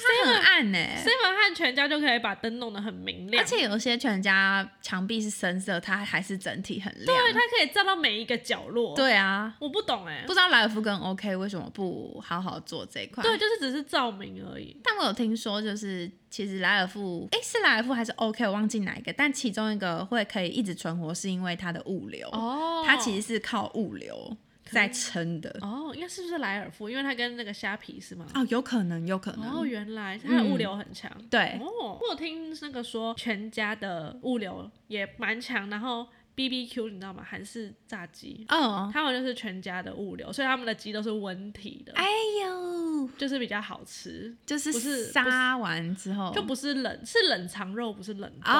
A: 它很暗呢、欸，
B: ？seven 和全家就可以把灯弄得很明亮，
A: 而且有些全家墙壁是深色，它还是整体很亮。
B: 对它可以照到每一个角落。，
A: 对啊，
B: 我不懂哎、
A: 不知道莱尔夫跟 OK 为什么不好好做这一块？
B: 对，就是只是照明而已。
A: 但我有听说，就是其实莱尔富，诶，是莱尔富还是 OK，我忘记哪一个，但其中一个会可以一直存活，是因为它的物流，
B: 哦
A: 它其实是靠物流在撑的。
B: 哦，应该是不是莱尔富？因为它跟那个虾皮是吗？
A: 哦，有可能，有可能，嗯
B: 哦，原来它的物流很强。
A: 对，
B: 哦，我有听那个说全家的物流也蛮强，然后 B B Q 你知道吗？韩式炸鸡，
A: 哦，
B: 他们就是全家的物流，所以他们的鸡都是温体的，
A: 哎呦，
B: 就是比较好吃，
A: 就是
B: 不是
A: 杀完之后
B: 就不是冷，是冷藏肉，不是冷冻。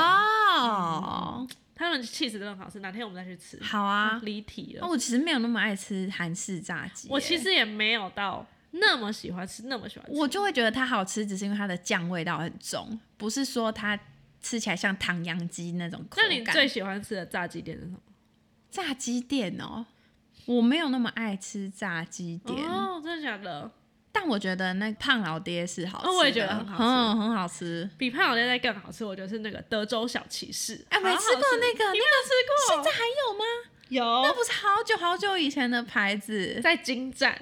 A: 哦，
B: 他们 cheese 真的很好哦吃，哪天我们再去吃。
A: 好啊。
B: 离题了。
A: 那我其实没有那么爱吃韩式炸鸡耶，
B: 我其实也没有到那么喜欢吃，那么喜欢吃。
A: 我就会觉得它好吃，只是因为它的酱味道很重，不是说它吃起来像唐扬鸡那种口
B: 那
A: 感。
B: 你最喜欢吃的炸鸡店是什么？
A: 炸鸡店哦，我没有那么爱吃炸鸡店，
B: 哦，真的假的？
A: 但我觉得那胖老爹是好吃的，
B: 哦我也觉得很好吃
A: 嗯，很好吃。
B: 比胖老爹在更好吃，我觉得是那个德州小骑士。
A: 哎，没
B: 好好
A: 吃过
B: 吃
A: 那个，那
B: 你没有吃过？
A: 现在还有吗？那
B: 有
A: 不是好久好久以前的牌子，
B: 在金站，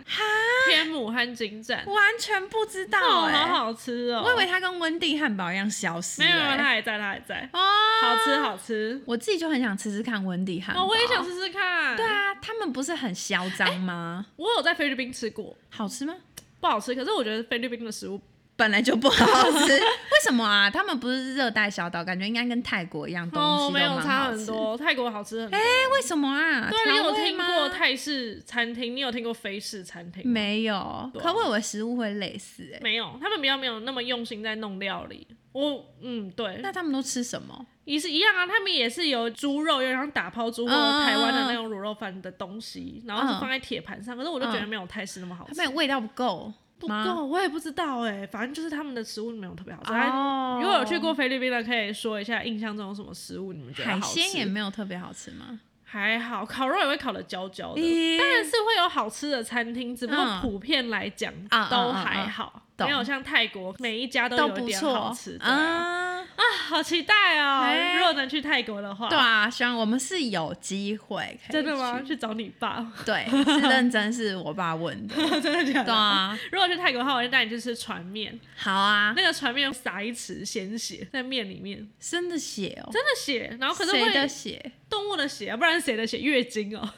B: 天母和金站，
A: 完全不知道
B: 哦，
A: 哎、
B: 好好吃哦。
A: 我以为它跟温蒂汉堡一样消失、
B: 没有，没有，
A: 哎
B: 它还在，它还在，
A: 哦，
B: 好吃，好吃。
A: 我自己就很想吃吃看温蒂汉堡、
B: 哦，我也想。试试看。哎
A: 对，啊，他们不是很嚣张吗？
B: 我有在菲律宾吃过，
A: 好吃吗？
B: 不好吃，可是我觉得菲律宾的食物
A: 本来就不好 吃，为什么啊？他们不是热带小岛，感觉应该跟泰国一样，东西
B: 哦
A: 都
B: 没有
A: 蛮
B: 差
A: 好
B: 很
A: 吃。
B: 多，泰国好吃很多。
A: 哎、为什么啊？
B: 对，你
A: 调
B: 有
A: 味
B: 听
A: 吗
B: 过泰式餐厅？你有听过菲式餐厅？，
A: 没有，
B: 对啊
A: 可我以为食物会类似哎、
B: 没有，他们比较没有那么用心在弄料理。我嗯，对，
A: 那他们都吃什么？
B: 也是一样啊，他们也是有猪肉，有点像打抛猪或者
A: 嗯嗯嗯
B: 台湾的那种卤肉饭的东西，然后是放在铁盘上，可是我就觉得
A: 嗯
B: 没有泰式那么好
A: 他
B: 吃，
A: 们味道不够
B: 不
A: 吗？
B: 够，我也不知道哎、反正就是他们的食物没有特别好吃。还
A: 哦，
B: 如果有去过菲律宾的，可以说一下印象中有什么食物你们觉得
A: 海
B: 好吃？
A: 鲜也没有特别好吃吗？
B: 还好，烤肉也会烤的焦焦的，
A: 咦
B: 当然是会有好吃的餐厅，只不过
A: 嗯
B: 普遍来讲
A: 啊
B: 都
A: 啊啊
B: 还
A: 啊
B: 好，
A: 懂
B: 没有像泰国每一家都
A: 都
B: 有一
A: 不
B: 点
A: 错
B: 好吃。对啊，
A: 啊。
B: 好期待哦！
A: 哎
B: 如果能去泰国的话，
A: 对啊，希望我们是有机会可以
B: 真的吗？
A: 去？
B: 去找你爸，
A: 对，是认真，是我爸问的。
B: 真的假
A: 对
B: 的？
A: 啊，
B: 如果去泰国的话，我就带你去吃船面，
A: 好啊，
B: 那个船面撒一匙鲜血在面里面，
A: 真的血哦，
B: 真的血，然后可是
A: 谁的
B: 会
A: 血？
B: 动物的血，啊不然谁的血？月经哦，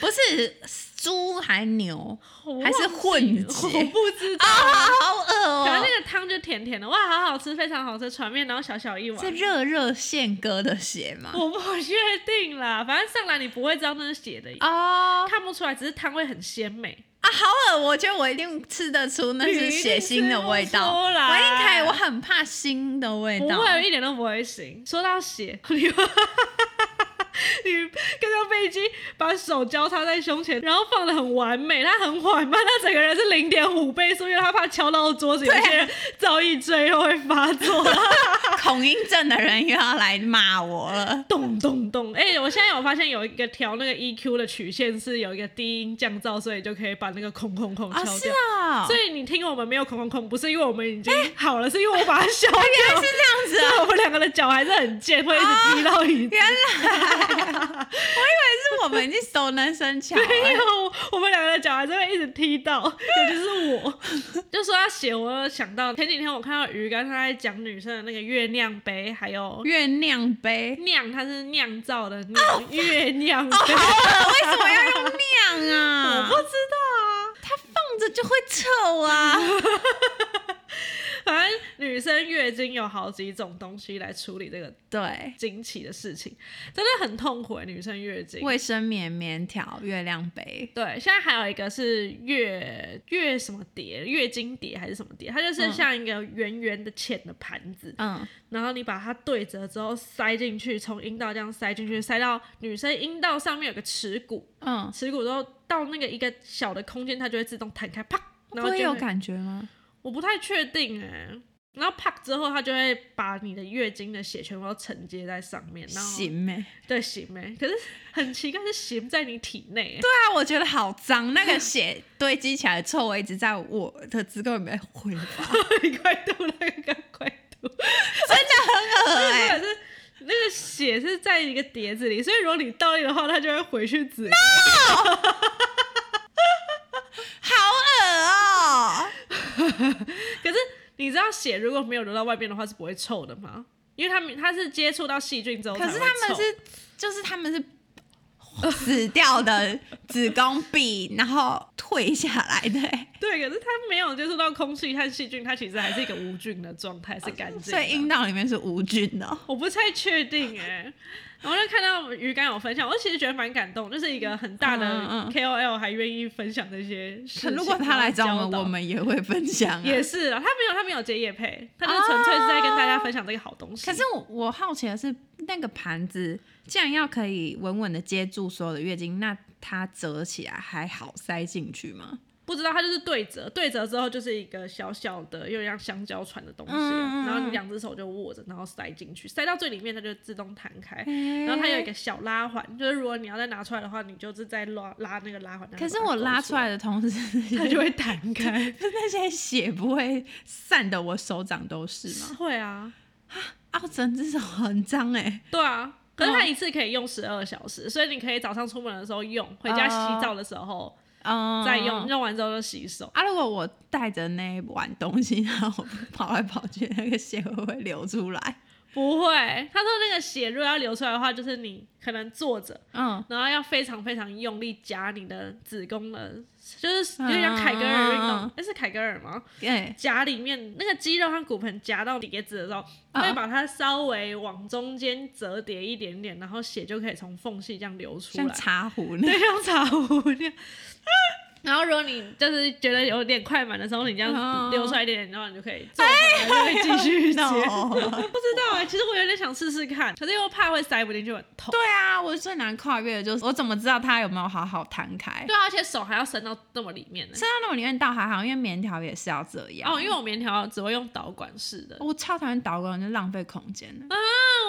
A: 不是猪还牛，
B: 我
A: 还是
B: 忘记
A: 混
B: 了
A: 血啊
B: 我不 知道。
A: 好恶
B: 然后
A: 哦！
B: 那个汤就甜甜的，哇，好好吃，非常好吃，船面，然后小小一碗
A: 是。热热宪哥的血吗？
B: 我不确定啦，反正上来你不会知道那是血的，
A: 哦
B: 看不出来，只是汤会很鲜美。
A: 啊，好恶！我觉得我一定吃得出那是血腥的味道。
B: 我
A: 我应该，我很怕腥的味
B: 不
A: 道。
B: 会，一点都不会行。说到血， 你你刚刚飞机把手交叉在胸前，然后放的很完美，他很缓慢，他整个人是零点五倍速，因为他怕敲到桌子，有些
A: 啊
B: 人造诣最后会发 作。
A: 恐音症的人又要来骂我 了。
B: 咚咚咚！哎、我现在有发现有一个调那个 EQ 的曲线是有一个低音降噪，所以就可以把那个空空空敲
A: 啊，
B: 掉。
A: 是啊，
B: 所以你听我们没有空空空，不是因为我们已经好了，是因为我把它消掉。
A: 哎是啊这样子啊。
B: 我们两个的脚还是很贱，会一直踢到椅子。
A: 原来，我以为是我们已经熟能生 巧了。
B: 没有，我们两个的脚还是会一直踢到，尤其是我。 就说要写，我有想到前几天我看到鱼竿他在讲女生的那个月亮杯，还有
A: 月亮杯，
B: 酿，它是酿造的酿月亮杯。
A: 为什么要用酿
B: 哦我
A: 啊
B: 不？知道啊。
A: 它放着就会臭啊。
B: 反正女生月经有好几种东西来处理这个
A: 对，
B: 经期的事情，真的很痛苦欸。女生月经，
A: 卫生棉、棉条、月亮杯，
B: 对，现在还有一个是月月什么碟，月经碟还是什么碟，它就是
A: 嗯
B: 像一个圆圆的浅的盘子，
A: 嗯，
B: 然后你把它对折之后塞进去，从阴道这样塞进去，塞到女生阴道上面有个耻骨，
A: 嗯，
B: 耻骨之后到那个一个小的空间，它就会自动弹开，啪，
A: 不
B: 然后
A: 会
B: 就
A: 有
B: 会
A: 感觉吗？
B: 我不太确定哎、然后 pack 之后，它就会把你的月经的血全部都承接在上面，然后
A: 行哎、
B: 对行哎、可是很奇怪，是行在你体内、欸，
A: 对啊，我觉得好脏，那个血堆积起来的臭味一直在我的子宫里面挥发，
B: 对，快吐那个快吐，
A: 真的很恶 哎、
B: 可是那个血是在一个碟子里，所以如果你倒立的话，它就会回去子宫。
A: 好恶哦、
B: 可是你知道血如果没有流到外边的话是不会臭的吗？因为它们它是接触到细菌之后才
A: 可
B: 会臭，
A: 是他们是，就是他们是死掉的子宫壁，然后退下来的欸、
B: 对，可是它没有接触到空气和细菌，它其实还是一个无菌的状态，是干净
A: 哦所
B: 的。
A: 以阴道里面是无菌的哦、
B: 我不太确定哎、然后就看到鱼竿有分享，我其实觉得蛮感动，就是一个很大
A: 嗯
B: 的
A: 嗯
B: KOL 还愿意分享这些事
A: 可
B: 情。
A: 如果他来找我
B: 然后
A: 们，
B: 教导
A: 我们也会分享、啊。
B: 也是啊，他没有他没有接叶配，他就纯粹是在跟大家分享这个好东西。
A: 哦可是我我好奇的是，那个盘子既然要可以稳稳的接住所有的月经，那它折起来还好塞进去吗？
B: 不知道，它就是对折，对折之后就是一个小小的，又像香蕉船的东西啊、
A: 嗯嗯嗯
B: 然后你两只手就握着，然后塞进去，塞到最里面它就自动弹开。
A: 然
B: 然后它有一个小拉环，就是如果你要再拿出来的话，你就是在拉拉那个拉环。
A: 可是我拉出来的同 时，
B: 然后把它勾出来，它就会弹开。
A: 那些血不会散的，我手掌都是吗？
B: 会啊，
A: 啊，我整只手很脏哎、
B: 对啊。可是它一次可以用十二小时，所以你可以早上出门的时候用，回家洗澡的时候
A: 嗯，
B: 再用，用完之后就洗手。
A: 啊！如果我带着那一碗东西，然后我跑来跑去，那个血会不会流出来？
B: 不会，他说那个血如果要流出来的话，就是你可能坐着，
A: 嗯，
B: 然后要非常非常用力夹你的子宫的，就是
A: 啊
B: 有点像凯格尔运
A: 嗯嗯嗯
B: 动
A: 嗯，
B: 那、是凯格尔吗？
A: 对，
B: 夹里面那个肌肉和骨盆夹到碟子的时候，
A: 嗯
B: 会把它稍微往中间折叠一点点，然后血就可以从缝隙这样流出来
A: 像，茶壶那样。
B: 对，像茶壶那样。然后如果你就是觉得有点快满的时候，你这样
A: 嗯
B: 流出来一点点，然后你就可以坐回来，就可以 继续 接。
A: No
B: 不知道哎、其实我有点想试试看，可是又怕会塞不进去很痛。
A: 对啊，我最难跨越的就是我怎么知道它有没有好好摊开？
B: 对啊，而且手还要伸到那么里面呢、
A: 身上那种里面倒还好，因为棉条也是要这样。
B: 哦，因为我棉条只会用导管式的。
A: 嗯我超讨厌导管，就浪费空间了。
B: 嗯，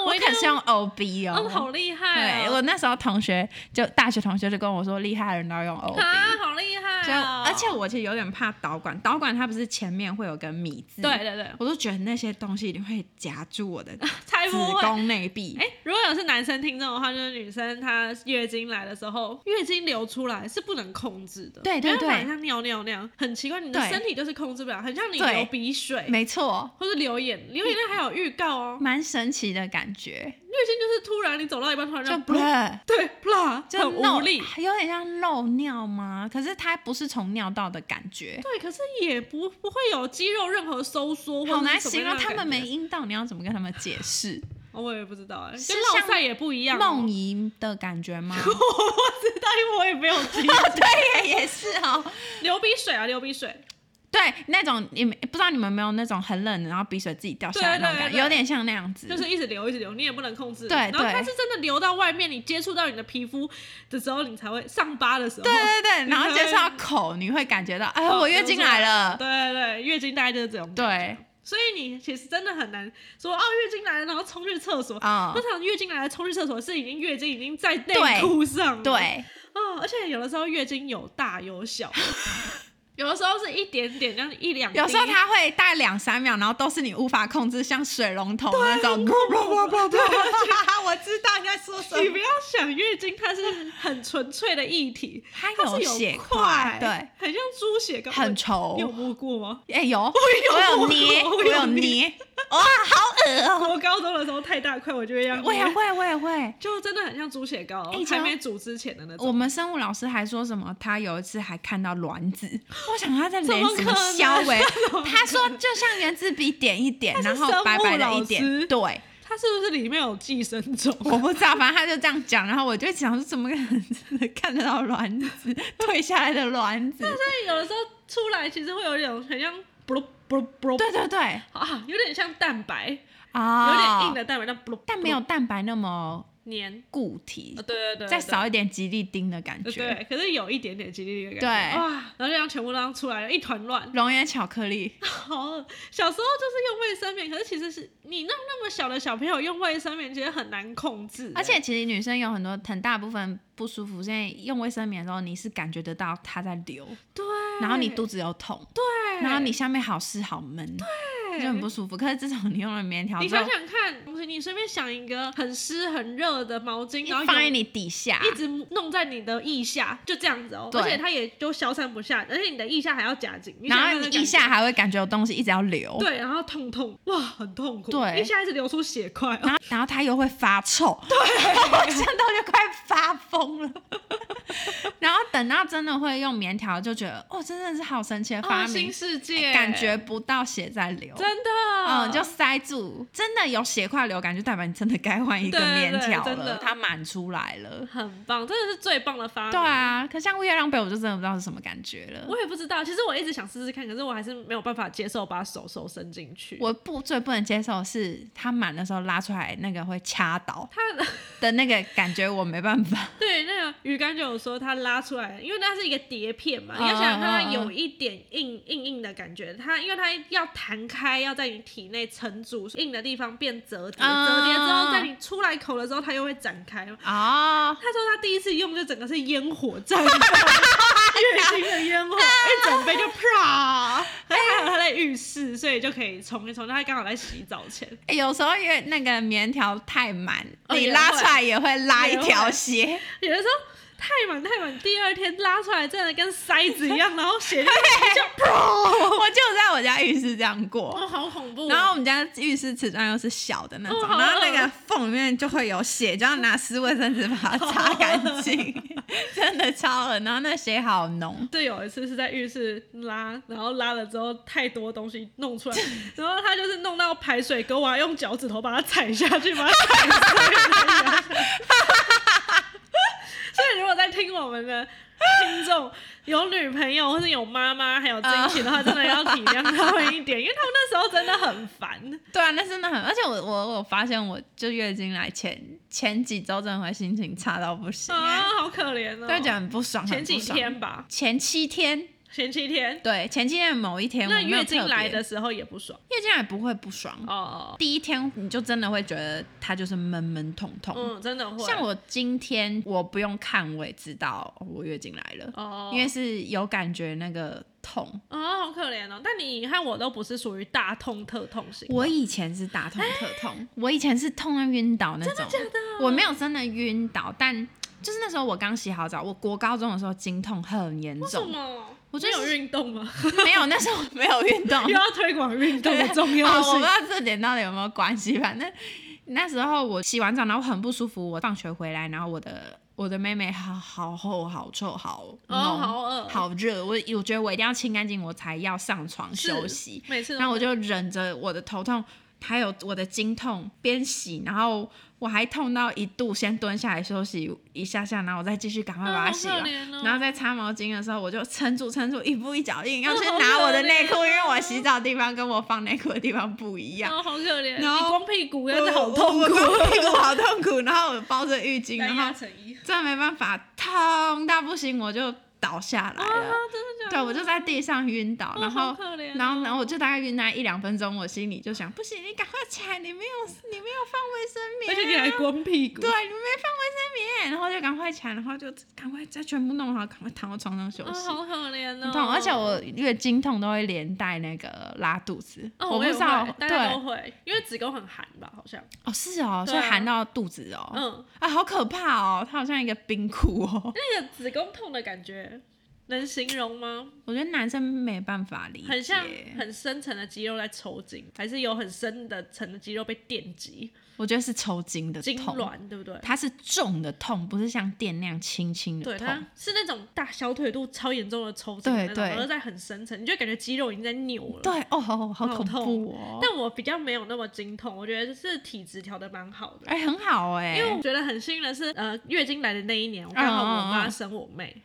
A: 我
B: 一
A: 可
B: 看
A: 是用 OB
B: 嗯，
A: 哦。
B: 好厉害、
A: 对，
B: 哦！
A: 我那时候同学就大学同学就跟我说，厉害的人都要用 OB。
B: 啊，好厉害、
A: 就
B: 哦！
A: 而且我其实有点怕导管，导管它不是前面会有根米字，
B: 对，对对，
A: 我都觉得那些东西一定会夹住我的子
B: 才不会。
A: 宫内壁。
B: 哎、如果有是男生听众的话，就是女生她月经来的时候，月经流出来是不能控制的，
A: 对对
B: 没办法
A: 对
B: 像尿尿那样，很奇怪，你的
A: 对
B: 身体就是控制不了，很像你
A: 对
B: 流鼻水
A: 没嗯错，
B: 或是流眼，流眼泪还有预告哦，
A: 蛮神奇的感觉，
B: 月经就是突然你走到一半突然
A: 就不
B: 不对，啪，
A: 就
B: 嗯很
A: 漏
B: 无力。
A: 有点像漏尿吗？可是它不是从尿道的感觉，
B: 对，可是也不不会有肌肉任何收缩，
A: 好
B: 或者
A: 难
B: 是什
A: 形
B: 么样
A: 容。他
B: 的
A: 们
B: 感觉
A: 没，阴道，你要怎么跟他们解 释？
B: 哦我也不知道哎、
A: 是
B: 跟落
A: 像
B: 赛也不一样、哦
A: 梦遗的感觉吗？
B: 但因为我也没有经 历
A: 对耶，也是哦。
B: 流鼻水啊，流鼻水，
A: 对，那种你们不知道你们有没有那种很冷，然后鼻水自己掉下来
B: 对
A: 那种感
B: 对
A: 觉，
B: 对
A: 有点像那样子，
B: 就是一直流一直流，你也不能控制。
A: 嗯对
B: 然后
A: 对
B: 它是真的流到外面，你接触到你的皮肤的时候，你才会上疤的时候。
A: 对对对，
B: 你
A: 然后
B: 才
A: 接
B: 会
A: 触到口，你会感觉到，哎，
B: 哦
A: 我月经来了。
B: 对对对，月经大概就是这种。，
A: 对，
B: 所以你其实真的很难说哦，月经来了，然后冲去厕所。
A: 啊
B: 通，常月经来了冲去厕所是已经月经已经在内
A: 对
B: 裤上了。
A: 对，
B: 啊、而且有的时候月经有大有小， 有的时候是一点点，这样一两滴，
A: 有时候它会大概两三秒，然后都是你无法控制，像水龙头那种。 啊我知道你在说什
B: 你不要想月经它是很纯粹的液体，
A: 它
B: 它是
A: 有血
B: 块，
A: 对，，
B: 很像猪血糕，
A: 很
B: 我你有
A: 稠。
B: 摸过吗？
A: 哎、有，我
B: 有
A: 有
B: 摸
A: 捏，
B: 过
A: 我
B: 我有
A: 有捏，哇，好恶哦、
B: 我高中的时候太大块，我就会这样捏，
A: 我也会，我也会。
B: 就真的很像猪血糕，
A: 哎
B: 还
A: 就
B: 没煮之前的那
A: 我
B: 种。
A: 们生物老师还说什么？他有一次还看到卵 子，我想他在
B: 怎
A: 连
B: 么
A: 什
B: 可能
A: 消维
B: 怎么可能？
A: 他说就像圆珠笔点一点，
B: 是
A: 然后
B: 生
A: 白
B: 物
A: 白的
B: 老
A: 一点
B: 师。
A: 对，
B: 它是不是里面有寄生虫？
A: 我不知道，反正他就这样讲，然后我就想说，怎么可能真的看得到卵子 退下来的卵子？
B: 但有的时候出来其实会有一种很像 blub blub blub
A: 对对对，
B: 啊，有点像蛋白，有
A: 啊、
B: 点硬，的蛋白，但 blub，
A: 但没有蛋白那么
B: 黏，
A: 固体
B: 呃，对对对，
A: 再
B: 对
A: 少一点吉利丁的感
B: 对
A: 觉。
B: 对，可是有一点点吉利力的感
A: 对
B: 觉，哇，然后就让全部让出来了，一团乱。
A: 熔岩巧克力，
B: 好恶，小时候就是用卫生棉，可是其实是你让那么小的小朋友用卫生棉，其实很难控制。
A: 而且其实女生有很多很大部分不舒服，现在用卫生棉的时候你是感觉得到它在流，
B: 对，
A: 然后你肚子有痛，
B: 对，
A: 然后你下面好湿好闷，就很不舒服。可是自从你用了棉条
B: 你
A: 之
B: 想
A: 后，
B: 想看，你随便想一个很湿很热的毛巾，然后
A: 放在
B: 有
A: 你啊底下，
B: 一直弄在你的腋下，就这样子哦、
A: 对
B: 而且它也就消散不下，而且你的腋下还要夹紧，你
A: 然
B: 想
A: 后
B: 想
A: 你
B: 那感
A: 腋下
B: 觉
A: 还会感觉有东西一直要流，
B: 对，然后痛痛，哇，很痛苦，
A: 对
B: 腋下一直流出血块，哦
A: 然后然后它又会发臭，对， 我想到就快发疯了。 然后等到真的会用棉条，就觉得哦，真的是好神奇的
B: 哦
A: 发
B: 新
A: 明，哎
B: 世界，
A: 感觉不到血在流。
B: 真的，
A: 嗯，就塞住，真的有血块流感，就代表你真的该换一个
B: 对对
A: 棉条
B: 真的嗯
A: 了，它满出来了。
B: 很棒，真的是最棒的发明。
A: 对啊，可像月亮杯，我就真的不知道是什么感觉 了。
B: 我也不知道，其实我一直想试试看，可是我还是没有办法接受把手手伸进去。
A: 我不最不能接受的是它满的时候拉出来那个会掐倒
B: 他
A: 的那个感觉，我没办法。
B: 对，那个鱼竿就有说它拉出来，因为那是一个碟片嘛，
A: 嗯
B: 你要想想看，它
A: 嗯嗯
B: 有一点硬硬硬的感觉，它因为它要弹开，要在你体内撑住，硬的地方变折叠，
A: 嗯
B: 折叠之后
A: 嗯嗯
B: 在你出来口的时候，它又会展开。
A: 哦，
B: 他说他第一次用就整个是烟火战，月经的烟火，一整杯就啪。还好他在浴室，所以就可以冲一冲。他刚好在洗澡前，
A: 欸有时候因为那个棉条太满，
B: 哦
A: 你
B: 也
A: 拉
B: 会
A: 出来也会拉一
B: 也会
A: 条血，
B: 有的时候太满太满，第二天拉出来真的跟筛子一样，然 后血就就 噗，
A: 我就在我家浴室这样过。
B: 哦，好恐怖哦、
A: 然后我们家浴室瓷砖又是小的那种，
B: 哦好
A: 然后那
B: 恶
A: 个缝里面就会有血，就要拿湿卫生纸把它擦干 净，真的超恶。然后那血好浓，
B: 对，有一次是在浴室拉，然后拉了之后太多东西弄出来，然后他就是弄到排水沟啊，用脚趾头把它踩下去，把它踩碎。 所以如果在听我们的听众有女朋友或是有妈妈还有这一起
A: 哦
B: 的话，真的要体谅他们一点，因为他们那时候真的 很烦。
A: 对啊，那真的很。而且我我我发现，我就月经来前前几周真的会心情差到不行、欸，
B: 啊，好可怜哦！
A: 就觉得很不爽。
B: 前
A: 很
B: 几
A: 不爽，
B: 天吧，
A: 前七天，
B: 前七天，
A: 对，前七天的某一天，
B: 那
A: 哎我没有
B: 月经
A: 特别嗯
B: 来的时候也不爽
A: 月经来不会不爽，
B: 哦。
A: 第一天你就真的会觉得它就是闷闷痛痛。
B: 嗯，真的会。
A: 像我今天我不用看我也知道哦我月经来了，
B: 哦，
A: 因为是有感觉那个痛。
B: 哦，好可怜哦！但你和我都不是属于大痛特痛型，
A: 我以前是大痛特痛， 我以前是痛到晕倒那种，真的啊假的？我没有真的晕倒，但就是那时候我刚洗好澡，我国高中的时候经痛很严
B: 为什
A: 重，
B: 么？
A: 我
B: 我
A: 就是
B: 有运动吗？
A: 没有那时候没有运动
B: 又，要推广运动的重
A: 好，啊
B: 要
A: 我不
B: 性
A: 知。道这点到底有没有关系，反正那时候我洗完澡，然后很不舒服，我放学回来，然后我的我的妹妹好好厚、好臭、好浓、
B: 哦，好饿，
A: 嗯好热，我我觉得我一定要清干净，我才要上床
B: 是
A: 休息。
B: 每次都
A: 然后我就忍着我的头痛，还有我的经痛，边洗，然后我还痛到一度先蹲下来休息一下下，然后我再继续赶快把它洗
B: 啊好
A: 完。
B: 可怜哦
A: 然后在擦毛巾的时候，我就撑住撑住，一步一脚印，要去
B: 好可
A: 拿我的内裤，
B: 怜哦
A: 因为我洗澡的地方跟我放内裤的地方不一样。
B: 哦，好可怜，你
A: 然后
B: 光屁股
A: 我
B: 要是好痛
A: 我
B: 苦，
A: 我屁股好痛苦。然后我包着浴巾，然
B: 单压
A: 后
B: 成一。
A: 真的没办法，痛到不行，我就倒下来了。
B: 啊，真的假的？
A: 对，我就在地上晕倒，
B: 哦
A: 然后
B: 好可怜哦
A: 然后，然后我就大概晕那一两分钟，我心里就想，不行，你赶快起来，你没有，你没有放卫生棉、啊，
B: 而且你还光屁股，
A: 对，你没放卫生棉，然后就赶快起来，然后就赶快再全部弄好，赶快躺到床上休
B: 啊，
A: 息。
B: 好可怜哦。
A: 很痛，而且我月经痛都会连带那个拉肚子，
B: 哦，
A: 我不
B: 也
A: 知道
B: 会，大
A: 对，
B: 家都会，因为子宫很寒吧，好像，
A: 哦是哦，
B: 对
A: 所以
B: 啊
A: 含到肚子哦，
B: 嗯，
A: 啊好可怕哦，它好像一个冰库哦，
B: 那个子宫痛的感觉能形容吗？
A: 我觉得男生没办法理解，
B: 很像很深层的肌肉在抽筋，还是有很深的层的肌肉被电击、
A: 我觉得是抽筋的
B: 痉
A: 痛，
B: 挛，对不对？
A: 它是重的痛，不是像电那样轻轻
B: 对，
A: 的
B: 它
A: 痛。
B: 是那种大小腿肚超严重的抽筋的那种，
A: 对对
B: 而在很深层，你就会感觉肌肉已经在扭了。
A: 对，哦，好好
B: 好
A: 恐
B: 痛
A: 怖哦！
B: 但我比较没有那么经痛，我觉得是体质调的蛮好的。
A: 哎、很好哎、
B: 因为我觉得很幸运的是，呃，月经来的那一年，我刚好我
A: 嗯嗯嗯
B: 妈生我妹，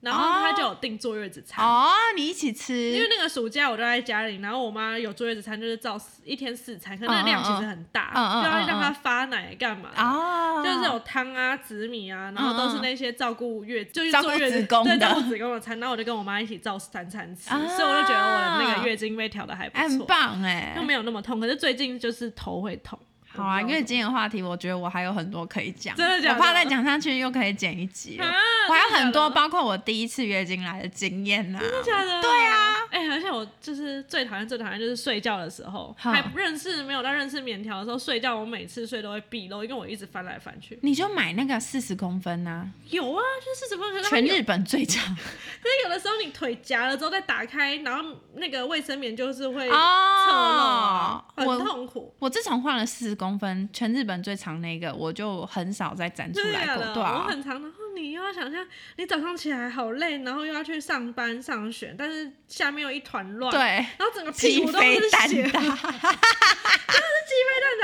B: 然后他就有订坐月子餐。
A: 哦，你一起
B: 因
A: 吃
B: 为，那个暑假我都在家里，然后我妈有坐月子餐，就是照四一天四餐，
A: 嗯
B: 可那
A: 嗯
B: 量其实很大，
A: 嗯嗯嗯
B: 就要让她
A: 嗯
B: 发奶干嘛的
A: 哦，嗯
B: 就是有汤啊、紫米啊，然后都是那些照顾月，就是
A: 照顾
B: 坐月
A: 子宫
B: 对，
A: 的
B: 照顾子宫的餐。然后我就跟我妈一起照三餐吃，
A: 啊
B: 所以我就觉得我的那个月经被调的还
A: 哎、
B: 不
A: 很
B: 错，
A: 棒哎、
B: 又没有那么痛。可是最近就是头会痛。
A: 好啊，
B: 我
A: 因
B: 不知道
A: 为今天的话题，我觉得我还有很多可以讲，
B: 真的假的
A: 我怕再讲下去又可以剪一集了
B: 啊
A: 我还有很多，
B: 真的假的
A: 包括我第一次月经来的经验呐、
B: 真的假的？
A: 对啊，
B: 哎、而且我就是最讨厌最讨厌就是睡觉的时候，
A: 哈
B: 还不认识没有到认识棉条的时候睡觉，我每次睡都会闭漏，因为我一直翻来翻去。
A: 你就买那个四十公分呐、
B: 有啊，就是怎么可能？
A: 全日本最长
B: 可是有的时候你腿夹了之后再打开，然后那个卫生棉就是会侧漏
A: 哦
B: 啊，。很
A: 我
B: 痛苦。
A: 我自从换了四十公分，全日本最长那个，我就很少再展出
B: 真的
A: 来
B: 假
A: 过
B: 的，，
A: 对
B: 我
A: 啊。
B: 很常，然后你又要想象，你早上起来好累，然后又要去上班上学，但是下面又一团乱，，
A: 对，
B: 然后整个屁
A: 鸡
B: 股都
A: 飞
B: 是
A: 蛋
B: 血，
A: 打，
B: 真的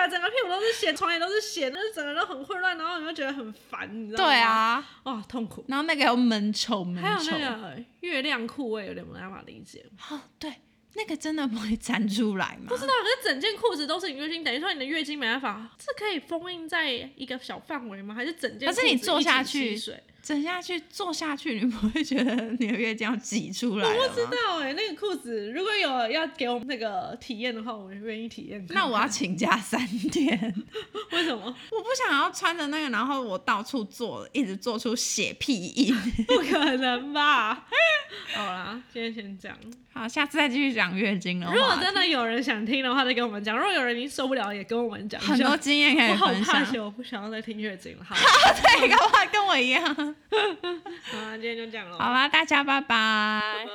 B: 啊整个屁股都是血，床也都是血，但是整个人都很混乱，然后你就觉得很烦，你知道吗？
A: 对，啊，
B: 哦，痛苦。
A: 然后那个有闷臭闷
B: 还有
A: 臭，
B: 那个月亮裤，我也有点没办法理解。
A: 哦，对，那个真的不会粘出来吗？
B: 不知道，可是整件裤子都是你月经，等于说你的月经没办法，是可以封印在一个小范围吗？还是整件？
A: 可是你坐下去
B: 水？
A: 整下去坐下去，你不会觉得你的月经要挤出来
B: 我
A: 了
B: 不知
A: 吗？
B: 道哎、那个裤子如果有要给我们那个体验的话，我愿意体验看看。
A: 那我要请假三天，
B: 为什么
A: 我不想要穿着那个，然后我到处做，一直做出血屁印。
B: 不可能吧？好啦，今天先这样。
A: 好，下次再继续讲月经了。
B: 如果
A: 哇
B: 真的有人想听的话，再跟我们讲；如果有人已经受不了，也跟我们讲一下。
A: 很多经验可
B: 我
A: 以
B: 好
A: 分
B: 怕
A: 享，
B: 羞，我不想要再听月经了。好，
A: 对，干嘛跟我一样？
B: 好啦，今天就这样了。
A: 啊好啦，大家拜拜
B: 拜。